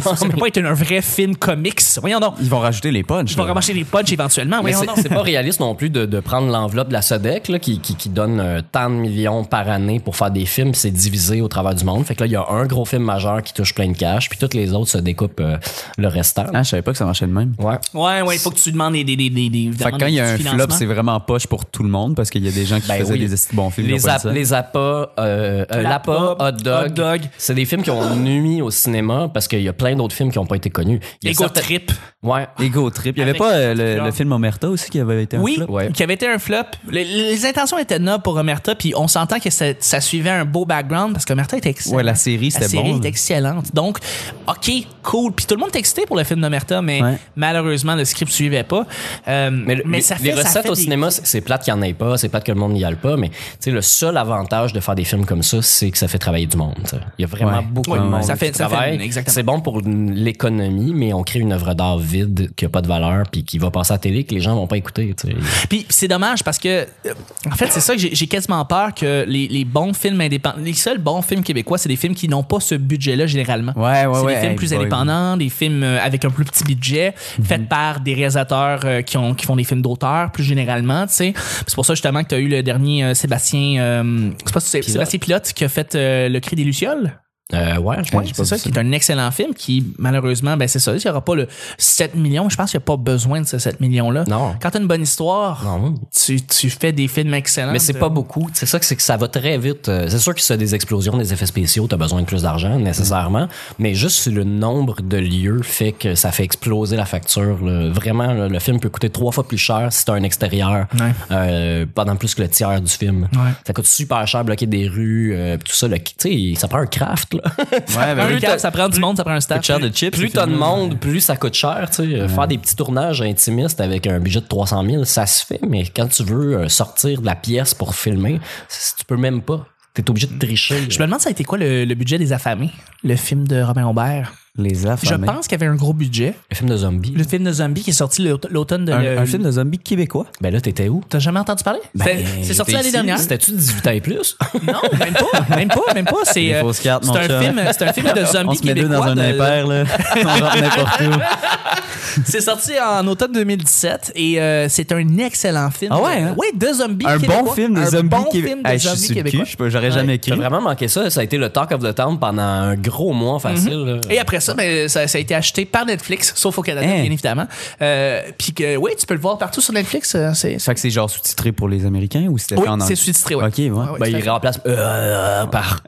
C: ça, [LAUGHS] Ça peut pas être un vrai film comics. Voyons donc.
B: Ils vont rajouter les punchs.
C: Je vais
B: là.
C: remâcher les punchs éventuellement.
A: Mais
C: Voyons
A: c'est
C: donc.
A: c'est pas réaliste non plus de, de prendre l'enveloppe de la SODEC là, qui, qui, qui donne euh, tant de millions par année pour faire des films, c'est divisé au travers du monde. Fait que là, il y a un gros film majeur qui touche plein de cash, puis toutes les autres se découpent euh, le restant.
B: Ah, je savais pas que ça marchait de même.
A: Ouais.
C: Ouais, ouais, il faut que tu demandes des. des, des, des, des
B: Fait
C: évidemment,
B: que quand il y a
C: des
B: un
C: financements.
B: flop, c'est vraiment poche pour tout le monde parce qu'il y a des gens qui
A: Ben
B: faisaient
A: oui.
B: des esti de bons films. qui
A: Les,
B: ont pas
A: ap-
B: dit ça.
A: les appâts, euh, euh, l'APA,
C: L'APA,
A: Hot Dog,
C: Hot Dog.
A: c'est des films qui ont nuit au cinéma parce qu'il y a plein d'autres films qui n'ont pas été connus. Il y a
C: Ego
A: certaines-
C: Trip.
A: Ouais.
B: Ego Trip. Il y avait
C: Avec-
B: pas euh, le, le film Omerta aussi qui avait été un
C: oui,
B: flop?
A: ouais.
C: qui avait été un flop. Les, les intentions étaient nobles pour Omerta, puis on s'entend que ça, ça suivait un beau background parce qu'Omerta était excellent.
B: Ouais, la série,
C: La
B: c'était
C: série
B: bon.
C: est
B: là.
C: excellente. Donc, OK, cool. Puis tout le monde était excité pour le film d'Omerta, mais
B: Ouais.
C: malheureusement, le script suivait pas. Euh, mais,
A: le-
C: ça fait
A: les
C: ça
A: recettes
C: fait
A: au
C: des-
A: cinéma, c'est c'est plate qu'il n'y en ait pas, c'est plate que le monde n'y aille pas, mais tu sais, le seul avantage de faire des films comme ça, c'est que ça fait travailler du monde. tu sais. Il y a vraiment
B: Ah, Ouais.
A: beaucoup
C: Ouais,
A: de monde
C: ça fait-
A: qui
C: ça fait-
A: travaille.
C: exactement.
A: C'est bon pour n- l'économie, mais on crée une œuvre d'art vide qui n'a pas de valeur puis qui va passer à la télé que les gens vont pas écouter. tu sais.
C: Puis c'est dommage parce que, euh, en fait, c'est ça que j'ai j'ai quasiment peur que les, les bons films indépendants, les seuls bons films québécois, c'est des films qui n'ont pas ce budget-là généralement.
B: Ouais, ouais,
C: c'est
B: ouais,
C: des films
B: hey,
C: plus
B: boy.
C: indépendants, des films euh, avec un plus petit budget, faits par des réalisateurs euh, qui, ont, qui font des films d'auteur plus généralement, tu sais. C'est pour ça justement que tu as eu le dernier euh, Sébastien, euh, je sais pas si c'est
A: Pilote.
C: Sébastien Pilote qui a fait euh, Le Cri des Lucioles.
A: Euh, ouais, je pense
C: Ouais,
A: que j'ai pas
C: c'est ça,
A: vu
C: qui est un excellent film qui, malheureusement, ben c'est ça. Il n'y aura pas le 7 millions. Je pense qu'il n'y a pas besoin de ce 7 millions-là.
A: Non.
C: Quand tu as une bonne histoire,
A: Non.
C: Tu, tu fais des films excellents.
A: Mais c'est pas beaucoup. C'est ça que c'est que ça va très vite. Euh, C'est sûr que c'est des explosions, des effets spéciaux, t'as besoin de plus d'argent nécessairement. Mais juste le nombre de lieux fait que ça fait exploser la facture. là. Vraiment, là, le film peut coûter trois fois plus cher si t'as un extérieur
C: Ouais.
A: euh, pendant plus que le tiers du film.
C: Ouais.
A: Ça coûte super cher bloquer des rues, euh, pis tout ça. le- Tu sais, ça prend un craft. Là.
B: Ouais, ben
C: Euh, Un
B: oui.
C: cadre, ça prend du monde, ça prend un staff.
B: Richard de Chips.
A: plus
B: ce
A: t'as de
B: film-là.
C: euh,
A: monde, plus ça coûte cher. tu sais. Euh, Faire des petits tournages intimistes avec un budget de 300 000, ça se fait, mais quand tu veux euh, sortir de la pièce pour filmer, c- tu peux même pas. T'es obligé de tricher. euh,
C: Je me demande ça a été quoi le, le budget des affamés, le film de Robin Aubert.
B: Les
C: Je
B: affamés.
C: pense qu'il y avait un gros budget.
A: Le film de zombie.
C: Le film de zombie qui est sorti l'aut- l'automne de.
B: Un,
C: le-
B: un film de zombie québécois.
A: Ben là, t'étais où?
C: T'as jamais entendu parler?
B: Ben,
C: C'est- c'est sorti
B: t'es
C: l'année
B: ici.
C: dernière.
A: C'était-tu 18 ans et plus? [LAUGHS]
C: Non, même pas, même pas, même pas. C'est
B: Des
C: euh,
B: fausses cartes,
C: c'est
B: mon
C: un
B: chum.
C: film, c'est un film de
B: [LAUGHS] On
C: zombie
B: se met deux dans
C: québécois.
B: un
C: de-
B: impair,
C: [LAUGHS]
B: là. On rentre n'importe où.
C: C'est sorti en automne 2017 et euh, c'est un excellent film.
B: Ah ouais, hein?
C: Oui, de zombies
B: Un
C: québécois.
B: bon film de
C: Un
B: zombies
C: bon
B: québé-
C: film de
B: Ah, je suis
C: zombies
B: sur le cul,
C: québécois.
B: je peux- J'aurais
A: Ouais.
B: jamais cru.
A: T'as
C: Mhm.
A: vraiment manqué ça. Ça a été le talk of the town pendant un gros mois facile. là.
C: Mhm. Et après ça, ben, ça, ça a été acheté par Netflix, sauf au Canada,
B: Hein.
C: bien évidemment. Euh, Puis que, oui, tu peux le voir partout sur Netflix. euh, C'est,
B: Fait que c'est genre sous-titré pour les Américains ou c'était
C: oui,
B: fait en anglais?
C: c'est sous-titré, ouais. Ah,
B: Ok, ouais.
A: Ben,
C: tout à
A: il
C: fait.
A: remplace euh,
C: [LAUGHS]
A: par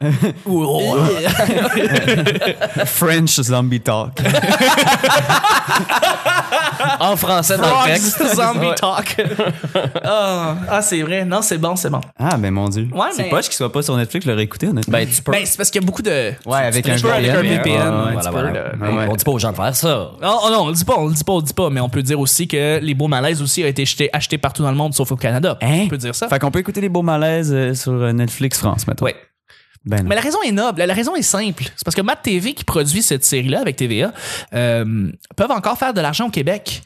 C: Oh, oh.
B: [LAUGHS] French Zombie Talk.
C: [LAUGHS]
A: en français dans le texte.
C: Frogs, Zombie Talk. [LAUGHS] ah, ah, c'est vrai. Non, c'est bon, c'est bon.
B: Ah, ben mon dieu.
C: Ouais,
B: c'est
C: mais-
B: poche qu'il soit pas sur Netflix, je l'aurais écouté, honnêtement.
A: Ben, tu peux.
C: Ben, c'est parce qu'il y a beaucoup de.
B: ouais, avec un
C: peux avec un
B: VPN,
C: VPN,
B: ouais,
C: ouais,
B: ouais,
A: Voilà,
B: tu
A: voilà.
B: peux, là.
A: Ben,
B: Ouais.
A: On dit pas aux gens de faire ça.
C: Oh, oh non, on le dit pas, on le dit pas, on le dit pas, mais on peut dire aussi que les beaux malaises aussi ont été jetés- achetés partout dans le monde, sauf au Canada.
B: Hein?
C: On peut dire ça.
B: Fait qu'on peut écouter les beaux malaises euh, sur euh, Netflix France, maintenant.
C: Ouais.
B: Ben non.
C: Mais la raison est noble, la raison est simple. C'est parce que Matt TV qui produit cette série-là avec TVA euh, peuvent encore faire de l'argent au Québec.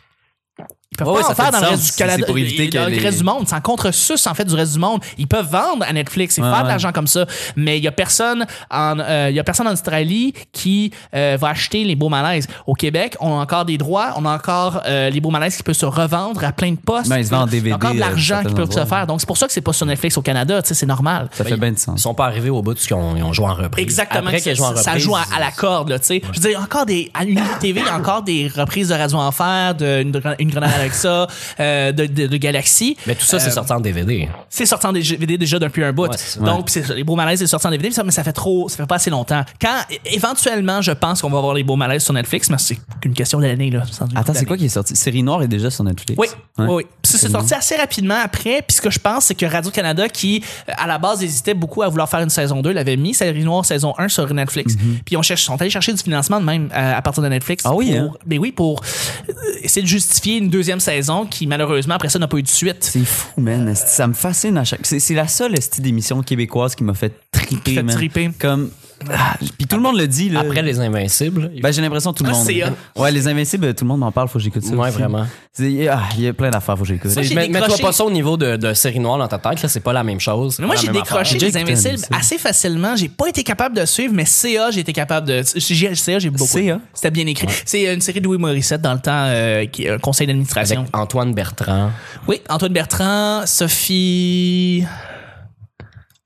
C: Ils peuvent
B: Ouais, ouais,
C: pas
B: ça
C: en faire
B: fait
C: dans
B: du
C: le
B: sens.
C: reste du
B: C'est- c'est
C: Canada,
B: pour éviter
C: dans
B: que
C: le
B: les-
C: reste du monde. C'est en contre-sus, en fait, du reste du monde. Ils peuvent vendre à Netflix et
B: Ouais,
C: faire de
B: ouais.
C: l'argent comme ça. Mais il y a personne en, euh, il y a personne en Australie qui euh, va acheter les beaux malaises. Au Québec, on a encore des droits, on a encore euh, les beaux malaises qui peuvent se revendre à plein de postes.
B: Ben, ils se vendent en
C: Il y a encore de
B: DVD, euh,
C: l'argent qui
B: certains
C: peut se
B: endroits.
C: faire. Donc, c'est pour ça que c'est pas sur Netflix au Canada. Tu sais, c'est normal. Ben,
B: Ça fait bien de
A: Ils
B: sens.
A: sont pas arrivés au bout de ce qu'ils ont, ils ont joué en reprise.
C: Exactement.
A: Après
C: ça,
A: qu'ils jouent en
C: ça-
A: reprise.
C: ça joue à, à la corde, là, tu sais. Je veux dire, encore des, à l'Unité TV, il y a encore des reprises de Radio Enfer, de, une, gre- une grenade Alexa, euh, de, de, de Galaxy.
A: Mais tout ça, c'est sorti en DVD.
C: C'est sorti en DVD déjà depuis un bout.
A: Ouais, c'est ça.
C: Donc, pis c'est- les beaux malaises, c'est sorti en DVD, mais ça, mais ça fait trop, ça fait pas assez longtemps. Quand, é- éventuellement, je pense qu'on va voir les beaux malaises sur Netflix, mais c'est qu'une question d'année, là. sans doute
B: Attends, c'est
C: d'année.
B: quoi qui est sorti? Série Noire est déjà sur Netflix. Hein?
C: Oui,
B: Ouais.
C: oui, oui. Puis ça, c'est sorti assez rapidement après. Puis ce que je pense, c'est que Radio-Canada, qui euh, à la base hésitait beaucoup à vouloir faire une saison 2, l'avait mis Série Noire saison 1 sur Netflix. Puis on cherche, sont allés chercher du financement de même euh, à partir de Netflix.
B: Ah oui,
C: pour-
B: hein?
C: Mais oui, pour euh, essayer de justifier une deuxième saison qui, malheureusement, après ça, n'a pas eu de suite.
B: C'est fou, man.
C: Euh,
B: Esti, Ça me fascine à chaque. C'est c'est la seule esti d'émission québécoise qui m'a fait triper,
C: Qui fait
B: man.
C: triper.
B: Comme. Ah, Puis tout le monde le dit, là.
A: Après Les Invincibles,
B: Ben, j'ai l'impression que tout le
C: Ah,
B: monde.
C: c'est hot.
B: Ouais, les Invincibles, tout le monde m'en parle, faut que j'écoute ça.
A: Ouais,
B: aussi.
A: vraiment.
B: C'est- ah, Il y a plein d'affaires, faut que j'écoute.
C: Moi, j'ai
A: Mais- mets-toi
C: décroché-
A: pas ça au niveau de, de série noire dans ta tête, là, c'est pas la même chose.
C: Mais moi,
A: La
C: j'ai
A: même
C: décroché
A: affaire.
B: J'ai
C: des
B: écouté
C: Invincibles
B: Invincibles.
C: assez facilement. J'ai pas été capable de suivre, mais CA, j'ai été capable de. j'ai- CA, j'ai beaucoup.
B: CA?
C: C'était bien écrit. C'est une série de Louis Morissette dans le temps, euh, qui est un conseil d'administration.
A: Avec Antoine Bertrand.
C: Oui, Antoine Bertrand, Sophie.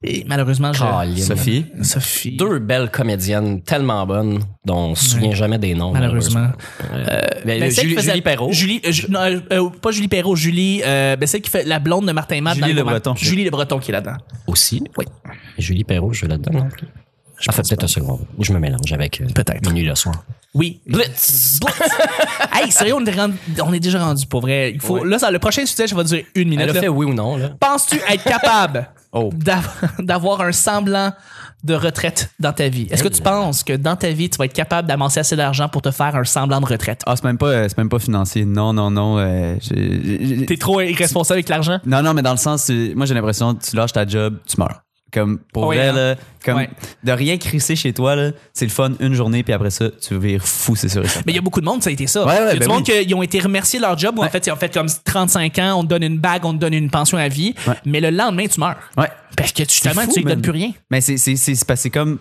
C: Et malheureusement, je.
A: Caroline.
B: Sophie.
C: Sophie.
A: Deux belles comédiennes tellement bonnes dont on se souvient jamais des noms.
C: Malheureusement.
A: malheureusement. Mais,
C: Ben,
A: euh,
C: celle qui
A: Julie,
C: faisait-
A: Julie Perrault.
C: Julie, euh, Ju- non, euh, euh, pas Julie Perrault, Julie. euh, ben celle qui fait la blonde de Martin et Matt.
B: Julie
C: dans les
B: Le
C: romans.
B: Breton.
C: Julie Le Breton qui est là-dedans.
A: aussi.
C: Oui.
A: Julie Perrault, je la donne. non plus. Ah, fait peut-être un second. Ou je me mélange avec euh,
C: Peut-être.
A: Minuit le soir.
C: Oui. Blitz! hey, sérieux, on est, rendu- on est déjà rendu pour vrai. Il faut,
A: Ouais.
C: Là, ça, le prochain sujet, ça va durer une minute.
A: Elle a
C: là.
A: fait oui ou non, là.
C: Penses-tu être capable
A: Oh.
C: d'av- d'avoir un semblant de retraite dans ta vie? Est-ce que tu penses que dans ta vie, tu vas être capable d'amasser assez d'argent pour te faire un semblant de retraite?
B: Ah, c'est même, pas, euh, c'est même pas financier. Non, non, non. euh, j'ai- j'ai- j'ai-
C: T'es trop irresponsable avec l'argent?
B: Non, non, mais dans le sens, tu- moi j'ai l'impression que tu lâches ta job, tu meurs. Comme pour
C: Ouais,
B: vrai,
C: hein?
B: là, comme
C: Ouais.
B: de rien crisser chez toi, là, c'est le fun une journée, puis après ça, tu vires fou, c'est sûr. et certain.
C: Mais il y a beaucoup de monde, ça a été ça.
B: Ouais, ouais,
C: il y a du
B: ben
C: monde qui ont été remerciés de leur job où en fait, ils ont fait comme 35 ans, on te donne une bague, on te donne une pension à vie,
B: Ouais.
C: mais le lendemain, tu meurs.
B: Ouais.
C: Parce que justement,
B: fou,
C: tu ne donnes
B: man.
C: plus rien.
B: Mais c'est c'est- c'est- c'est parce que c'est comme.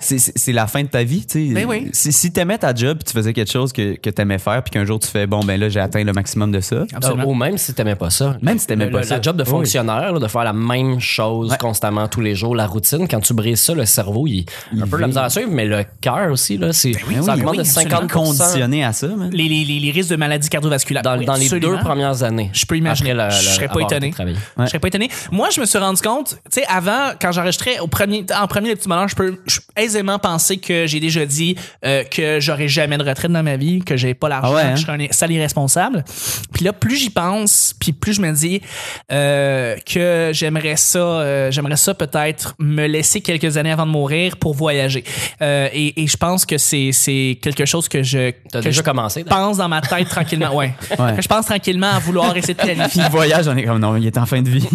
B: c'est- C'est c'est la fin de ta vie, tu sais.
C: Ben oui.
B: Si, si t'aimais ta job, puis tu faisais quelque chose que, que t'aimais faire, puis qu'un jour tu fais, bon, ben là, j'ai atteint le maximum de ça.
C: Absolument.
A: Ou même si t'aimais pas ça.
B: Même si t'aimais
A: Le-
B: pas
A: le-
B: ça.
A: La job de
B: Oui.
A: fonctionnaire, là, de faire la même chose constamment tous les jours, la routine, quand tu brises ça, le cerveau, il, a un peu la misère à suivre, mais le cœur aussi, là, c'est,
B: Ben oui,
A: ça
B: ben
A: augmente
C: oui,
A: de
C: absolument.
A: 50
B: Conditionné à ça, [LAUGHS] man.
C: Les, les- les- les risques de maladies cardiovasculaires.
A: dans,
C: Oui,
A: dans les
C: absolument.
A: deux premières années.
C: Je peux imaginer.
A: Après la-
C: je
A: la-
C: serais pas
A: avoir
C: étonné.
A: travaillé.
C: Je serais pas étonné. Moi, je me suis rendu compte, tu sais, avant, quand j'enregistrais au premier, en premier le petit malheur, je peux je peux aisément penser que j'ai déjà dit euh, que j'aurais jamais de retraite dans ma vie, que j'ai pas l'argent,
B: Ah ouais, hein?
C: que je serais un sale irresponsable. Puis là, plus j'y pense, puis plus je me dis euh, que j'aimerais ça, euh, j'aimerais ça peut-être me laisser quelques quelques années avant de mourir pour voyager. Euh, et, et je pense que c'est c'est quelque chose que je
A: T'as
C: que
A: déjà
C: je
A: commencé, d'ailleurs.
C: pense dans ma tête tranquillement. Ouais.
B: Ouais.
C: Que Je pense tranquillement à vouloir essayer de
A: [LAUGHS]
C: qualifier.
B: Il voyage, on est comme non, il est en fin de
C: [LAUGHS]
B: vie.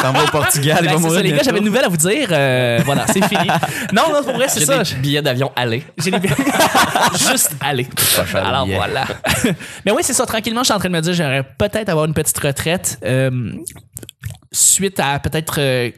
B: S'en va au Portugal, il
C: Ben,
B: va
C: c'est
B: mourir.
C: ça, les gars,
B: bientôt.
C: j'avais une nouvelle à vous dire. Euh, voilà, c'est
A: [LAUGHS]
C: fini. Non, non, pour vrai, c'est
A: J'ai
C: ça.
A: des billets d'avion aller. [LAUGHS]
C: J'ai les Juste aller.
A: cher,
C: Alors
A: yeah.
C: voilà. [LAUGHS] Mais oui, c'est ça. Tranquillement, je suis en train de me dire, j'aimerais peut-être avoir une petite retraite euh, suite à peut-être euh,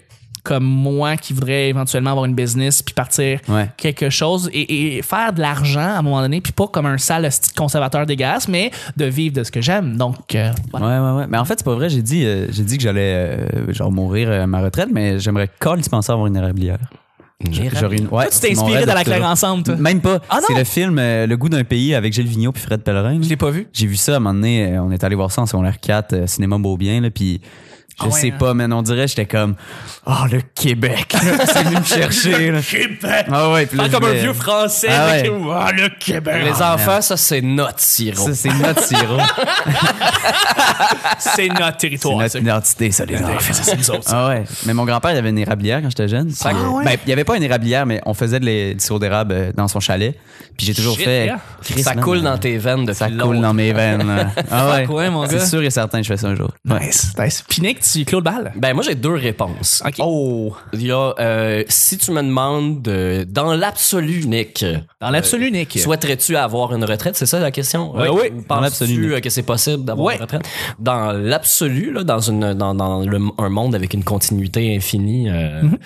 C: comme moi qui voudrais éventuellement avoir une business puis partir
B: Ouais.
C: quelque chose et, et faire de l'argent à un moment donné, puis pas comme un sale hostie de conservateur dégueulasse, mais de vivre de ce que j'aime. Donc, euh, voilà.
B: Ouais, ouais, ouais. Mais en fait, c'est pas vrai. J'ai dit, euh, j'ai dit que j'allais euh, genre mourir euh, à ma retraite, mais j'aimerais calissement ça avoir une érablière. J'aurais une. Ouais,
C: Toi, tu
B: c'est
C: t'es
B: mon
C: inspiré
B: rêve
C: de la
B: toujours.
C: claire ensemble, toi.
B: Même pas.
C: Ah non?
B: c'est le film euh, Le goût d'un pays avec Gilles Vigneault puis Fred Pellerin. là.
C: Je l'ai pas vu.
B: J'ai vu ça à un moment donné. euh, On est allé voir ça en secondaire 4, euh, cinéma Beaubien, là, puis. Je
C: Ah ouais,
B: sais
C: hein.
B: pas, mais on dirait, j'étais comme, oh, le Québec, c'est venu me chercher, là. Ah ouais, puis là,
C: Pas
B: je
C: comme un
B: voulais-
C: vieux français.
B: Ah
C: là,
B: ouais.
C: qui- Ah, le Québec.
A: Les enfants, ça, c'est notre sirop.
B: Ça, c'est notre
C: [LAUGHS]
B: sirop.
C: C'est notre
B: c'est
C: territoire.
B: notre
C: ça.
B: identité, ça, les enfants.
C: Ça, c'est nous autres. ça.
B: Ah ouais. Mais mon grand-père, il avait une érablière quand j'étais jeune. Puis,
C: ouais?
B: ben, il y avait pas une érablière, mais on faisait de l'é- du sirop d'érable euh, dans son chalet. Puis j'ai toujours
C: Shit,
B: fait.
C: yeah.
B: Chris,
A: ça
B: man,
A: coule
B: euh,
A: dans tes veines depuis
B: Ça coule
A: longtemps.
B: dans mes veines.
C: [LAUGHS]
B: là. Ah ouais.
C: Fuck ouais, mon gars.
B: C'est sûr et certain, que je fais ça un jour. Ouais.
C: Nice, nice. Puis Nick, tu clôt le bal?
A: Ben moi j'ai deux réponses.
C: Ok.
A: Oh, il y a euh, si tu me demandes euh, dans l'absolu Nick,
C: Dans l'absolu, Nick.
A: souhaiterais-tu avoir une retraite C'est ça la question.
C: Oui. Euh, Oui.
A: Ou
B: Dans l'absolu,
A: Penses-tu euh, que c'est possible d'avoir
C: Oui.
A: une retraite Dans l'absolu, là, dans une dans, dans le- un monde avec une continuité infinie, euh,
C: Mhm.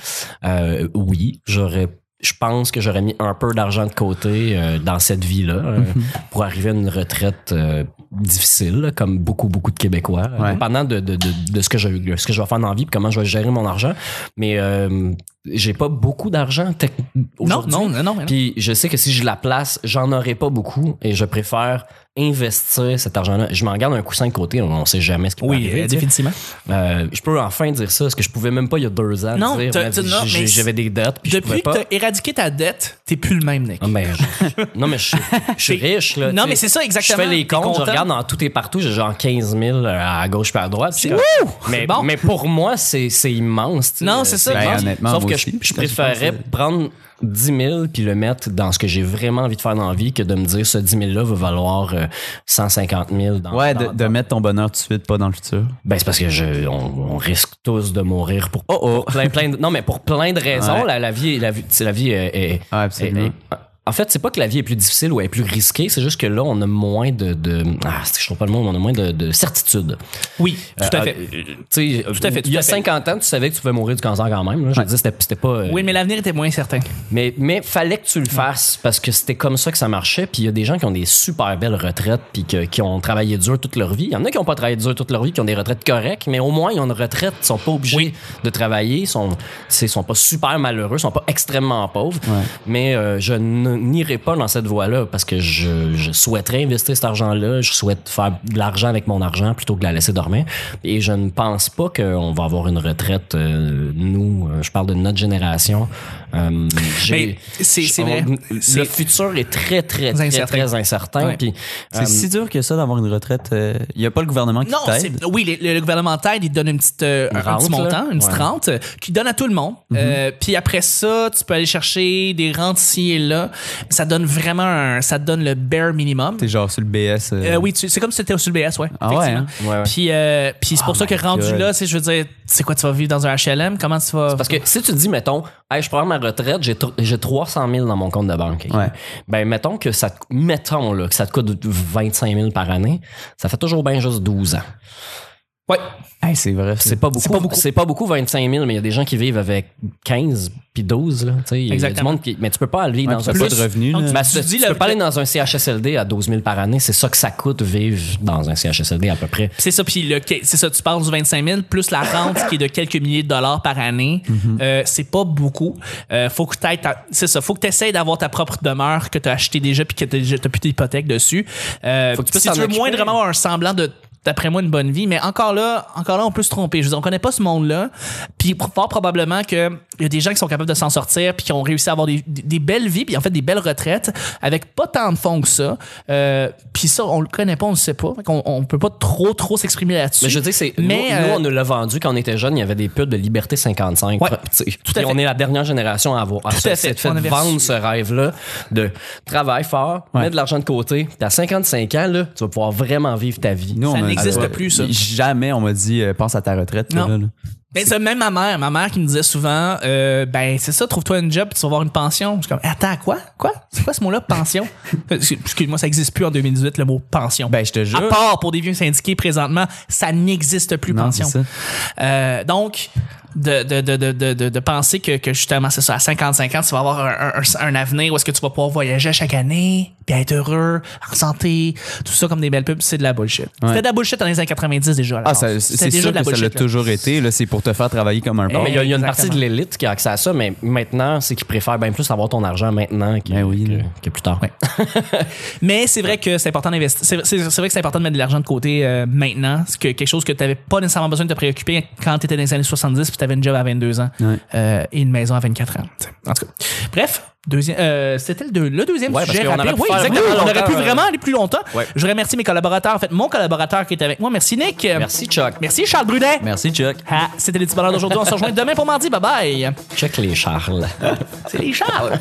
A: euh, oui, j'aurais. Je pense que j'aurais mis un peu d'argent de côté euh, dans cette vie-là euh,
C: Mhm.
A: pour arriver à une retraite euh, difficile, là, comme beaucoup, beaucoup de Québécois. Euh,
B: Ouais.
A: dépendant de, de, de, de ce, que je, de ce que je vais faire dans la vie, puis comment je vais gérer mon argent. Mais euh, j'ai pas beaucoup d'argent tec-
C: Non,
A: aujourd'hui.
C: non, non, Ah non.
A: Puis je sais que si je la place, j'en aurai pas beaucoup et je préfère investir cet argent-là. Je m'en garde un coussin de côté, on, on sait jamais ce qui peut
C: Oui,
A: arriver.
C: euh,
A: tu sais.
C: définitivement.
A: Euh, je peux enfin dire ça, ce que je pouvais même pas il y a deux ans.
C: Non,
A: dire,
C: t'as-
A: mais
C: t'as- non,
A: j'ai-
C: mais
A: j'avais des dettes puis je pouvais
C: Depuis que
A: pas.
C: t'as éradiqué ta dette, t'es plus le même, Nick.
A: Ah, ben, je- non, mais je, je suis
C: T'es-
A: riche. Là, tu
C: Non,
A: sais.
C: mais [LAUGHS] c'est ça, exactement.
A: Je fais les
C: T'es
A: comptes, je
C: content.
A: regarde dans tout et partout, j'ai genre 15 000 à gauche puis à droite.
C: C'est-
A: Puis,
C: Wouh! C'est
A: mais,
C: bon.
A: mais pour moi, c'est c'est immense. tu sais.
C: Non, c'est ça.
B: Ben,
A: immense.
B: honnêtement,
A: Sauf
B: moi
A: que
B: aussi,
A: je, je
B: quand je
A: préférerais prendre 10 000 puis le mettre dans ce que j'ai vraiment envie de faire dans la vie que de me dire ce 10 000-là va valoir euh, 150 000 dans
B: Ouais,
A: dans-
B: de, de mettre ton bonheur tout de suite, pas dans le futur.
A: ben, c'est parce que je, on, on risque tous de mourir pour,
B: Oh, oh.
A: pour plein, plein de, non, mais pour plein de raisons.
B: Ouais.
A: La, la vie, la, vie- tu sais, la vie est, est-
B: Ouais, absolument.
A: est- est- en fait, c'est pas que la vie est plus difficile ou elle est plus risquée, c'est juste que là, on a moins de, de ah, c'est- je trouve pas le mot, mais on a moins de, de certitude.
C: Oui, tout à
A: Euh,
C: fait.
A: euh, tu sais,
C: à fait, tout
A: Il y a
C: à fait.
A: 50 ans, tu savais que tu pouvais mourir du cancer quand même, là. Je veux dire, c'était, c'était pas, euh,
C: Oui, mais l'avenir était moins certain.
A: mais, mais fallait que tu le fasses parce que c'était comme ça que ça marchait. Puis il y a des gens qui ont des super belles retraites puis que- qui ont travaillé dur toute leur vie. Il y en a qui n'ont pas travaillé dur toute leur vie, qui ont des retraites correctes, mais au moins ils ont une retraite, ils sont pas obligés
C: Oui.
A: de travailler, ils sont, c'est- sont pas super malheureux, ils sont pas extrêmement pauvres. Mais euh, je n- n'irai pas dans cette voie-là parce que je, je souhaiterais investir cet argent-là, je souhaite faire de l'argent avec mon argent plutôt que de la laisser dormir. Et je ne pense pas qu'on va avoir une retraite, euh, nous, euh, je parle de notre génération. Euh, j'ai-
C: Mais c'est- c'est vrai.
A: le
C: C'est-
A: futur est très, très, très,
C: Incertain.
A: très incertain.
C: Ouais.
A: Puis,
B: C'est
A: euh,
B: si dur que ça d'avoir une retraite. Il n'y a pas le gouvernement qui
C: Non,
B: t'aide.
C: c'est- oui, les- le, le gouvernement t'aide, il te donne une petite, euh, un,
A: Rente,
C: petit montant,
A: là.
C: une petite
A: Ouais.
C: rente, euh, qu'il donne à tout le monde. Euh, puis après ça, tu peux aller chercher des rentes ci et là. Ça donne vraiment un, ça te donne le bare minimum.
B: T'es genre sur le BS. euh,
C: Euh, oui, tu- c'est comme si c'était sur le BS, ouais.
B: Ah ouais,
C: effectivement.
B: hein?
A: Ouais, ouais.
C: Puis, euh, puis c'est pour ça que rendu
B: God.
C: là, tu sais, je veux dire, c'est quoi, tu vas vivre dans un HLM? Comment tu vas.
A: Parce que si tu dis, mettons, hey, je prends ma retraite, j'ai tr- j'ai 300 000 dans mon compte de banque.
B: Ouais.
A: Ben, mettons que ça, te- mettons, là, que ça te coûte 25 000 par année, ça fait toujours bien juste 12 ans.
C: Ouais.
B: hey, c'est vrai.
A: C'est pas beaucoup.
C: pas beaucoup.
A: C'est pas beaucoup 25 000, mais il y a des gens qui vivent avec 15 puis 12, là. Tu sais, il y a du
C: Exactement.
A: monde qui, mais tu peux pas aller
B: Ouais,
A: dans
B: puis
A: un
B: t'as pas de revenus.
C: Donc,
B: là.
A: Mais
C: Tu
A: tu,
C: dis
A: tu
C: la-
A: peux pas aller dans un CHSLD à 12 000 par année, c'est ça que ça coûte vivre dans un CHSLD à peu près.
C: C'est ça, puis le, c'est ça, tu parles du 25 000 plus la rente qui est de quelques milliers de dollars par année.
A: Mhm.
C: Euh, c'est pas beaucoup. Euh, faut que t'ailles ta- c'est ça, faut que t'essayes d'avoir ta propre demeure que t'as acheté déjà puis que t'as, déjà- t'as plus d'hypothèque dessus. Euh,
A: Faut que tu
C: si
A: puisses
C: tu
A: t'en
C: veux
A: occuper.
C: moindrement avoir un semblant de d'après moi, une bonne vie. Mais encore là, encore là, on peut se tromper. Je veux dire, on connaît pas ce monde-là. Puis pr- fort probablement qu'il y a des gens qui sont capables de s'en sortir puis qui ont réussi à avoir des, des- des belles vies puis en fait des belles retraites avec pas tant de fonds que ça. Euh, puis ça, on le connaît pas, on le sait pas. Fait qu'on- on, peut pas trop, trop s'exprimer là-dessus.
A: Mais je veux dire, c'est.
C: Mais,
A: nous, nous,
C: euh,
A: on nous l'a vendu quand on était jeunes, il y avait des pubs de Liberté 55.
C: Ouais,
A: tu sais.
C: à
A: Et
C: fait.
A: on est la dernière génération à avoir. à
C: Tout à
A: s'être
C: fait. On avait
A: vendre
C: reçu-
A: ce rêve-là de travail fort, mets de l'argent de côté. T'as 55 ans, là, tu vas pouvoir vraiment vivre ta vie.
B: Nous,
C: Ça
B: on a-
C: n'existe
B: euh,
C: plus, ça.
B: Jamais on m'a dit euh, pense à ta retraite.
C: Non.
B: là, là.
C: Ben, c'est même ma mère. Ma mère qui me disait souvent, euh, ben, c'est ça, trouve-toi une job, puis tu vas avoir une pension. Je suis comme, attends, quoi? Quoi? C'est quoi ce mot-là, pension? [LAUGHS] Euh, Excuse-moi, ça n'existe plus en 2018, le mot pension.
B: Ben, je te
C: à
B: jure.
C: part pour des vieux syndiqués présentement, ça n'existe plus,
B: Non,
C: pension.
B: c'est ça.
C: Euh, donc, de, de, de, de, de, de, de penser que, que justement, c'est ça, à 55 ans, tu vas avoir un, un, un avenir où est-ce que tu vas pouvoir voyager à chaque année, puis être heureux, en santé, tout ça comme des belles pubs, c'est de la bullshit. C'était de la bullshit dans les années 90 déjà. à la
B: Ah,
C: base.
B: ça- c'est
C: C'était
B: sûr que ça l'a
C: là. Eh
B: toujours été. Là, c'est pour te faire travailler comme un porc.
A: Mais il y a, il y a une
C: Exactement.
A: partie de l'élite qui a accès à ça, mais maintenant, c'est qu'ils préfèrent bien plus avoir ton argent maintenant que,
B: Ben oui,
A: que-
B: là.
A: que plus tard.
C: Mais c'est vrai que c'est important d'investir. C'est, c'est- c'est vrai que c'est important de mettre de l'argent de côté euh, maintenant. C'est que, quelque chose que tu n'avais pas nécessairement besoin de te préoccuper quand tu étais dans les années 70 puis tu avais une job à 22 ans
B: Ouais.
C: euh, et une maison à 24 ans. tu sais. En tout cas, bref. Deuxième, euh, c'était le, deux- le deuxième
A: Ouais, parce
C: sujet
A: qu'on
C: rapide.
A: aurait pu
C: Oui,
A: faire
C: exactement.
A: vraiment
C: On aurait pu
A: longtemps, euh,
C: vraiment aller plus longtemps.
A: Ouais.
C: Je remercie mes collaborateurs. En fait, mon collaborateur qui est avec moi. Merci, Nick.
A: Merci, Chuck.
C: Merci, Charles Brunet.
B: Merci, Chuck.
C: Ah, c'était les petits bonheurs d'aujourd'hui. On se rejoint demain pour mardi. Bye bye.
A: Check les Charles.
C: C'est les Charles.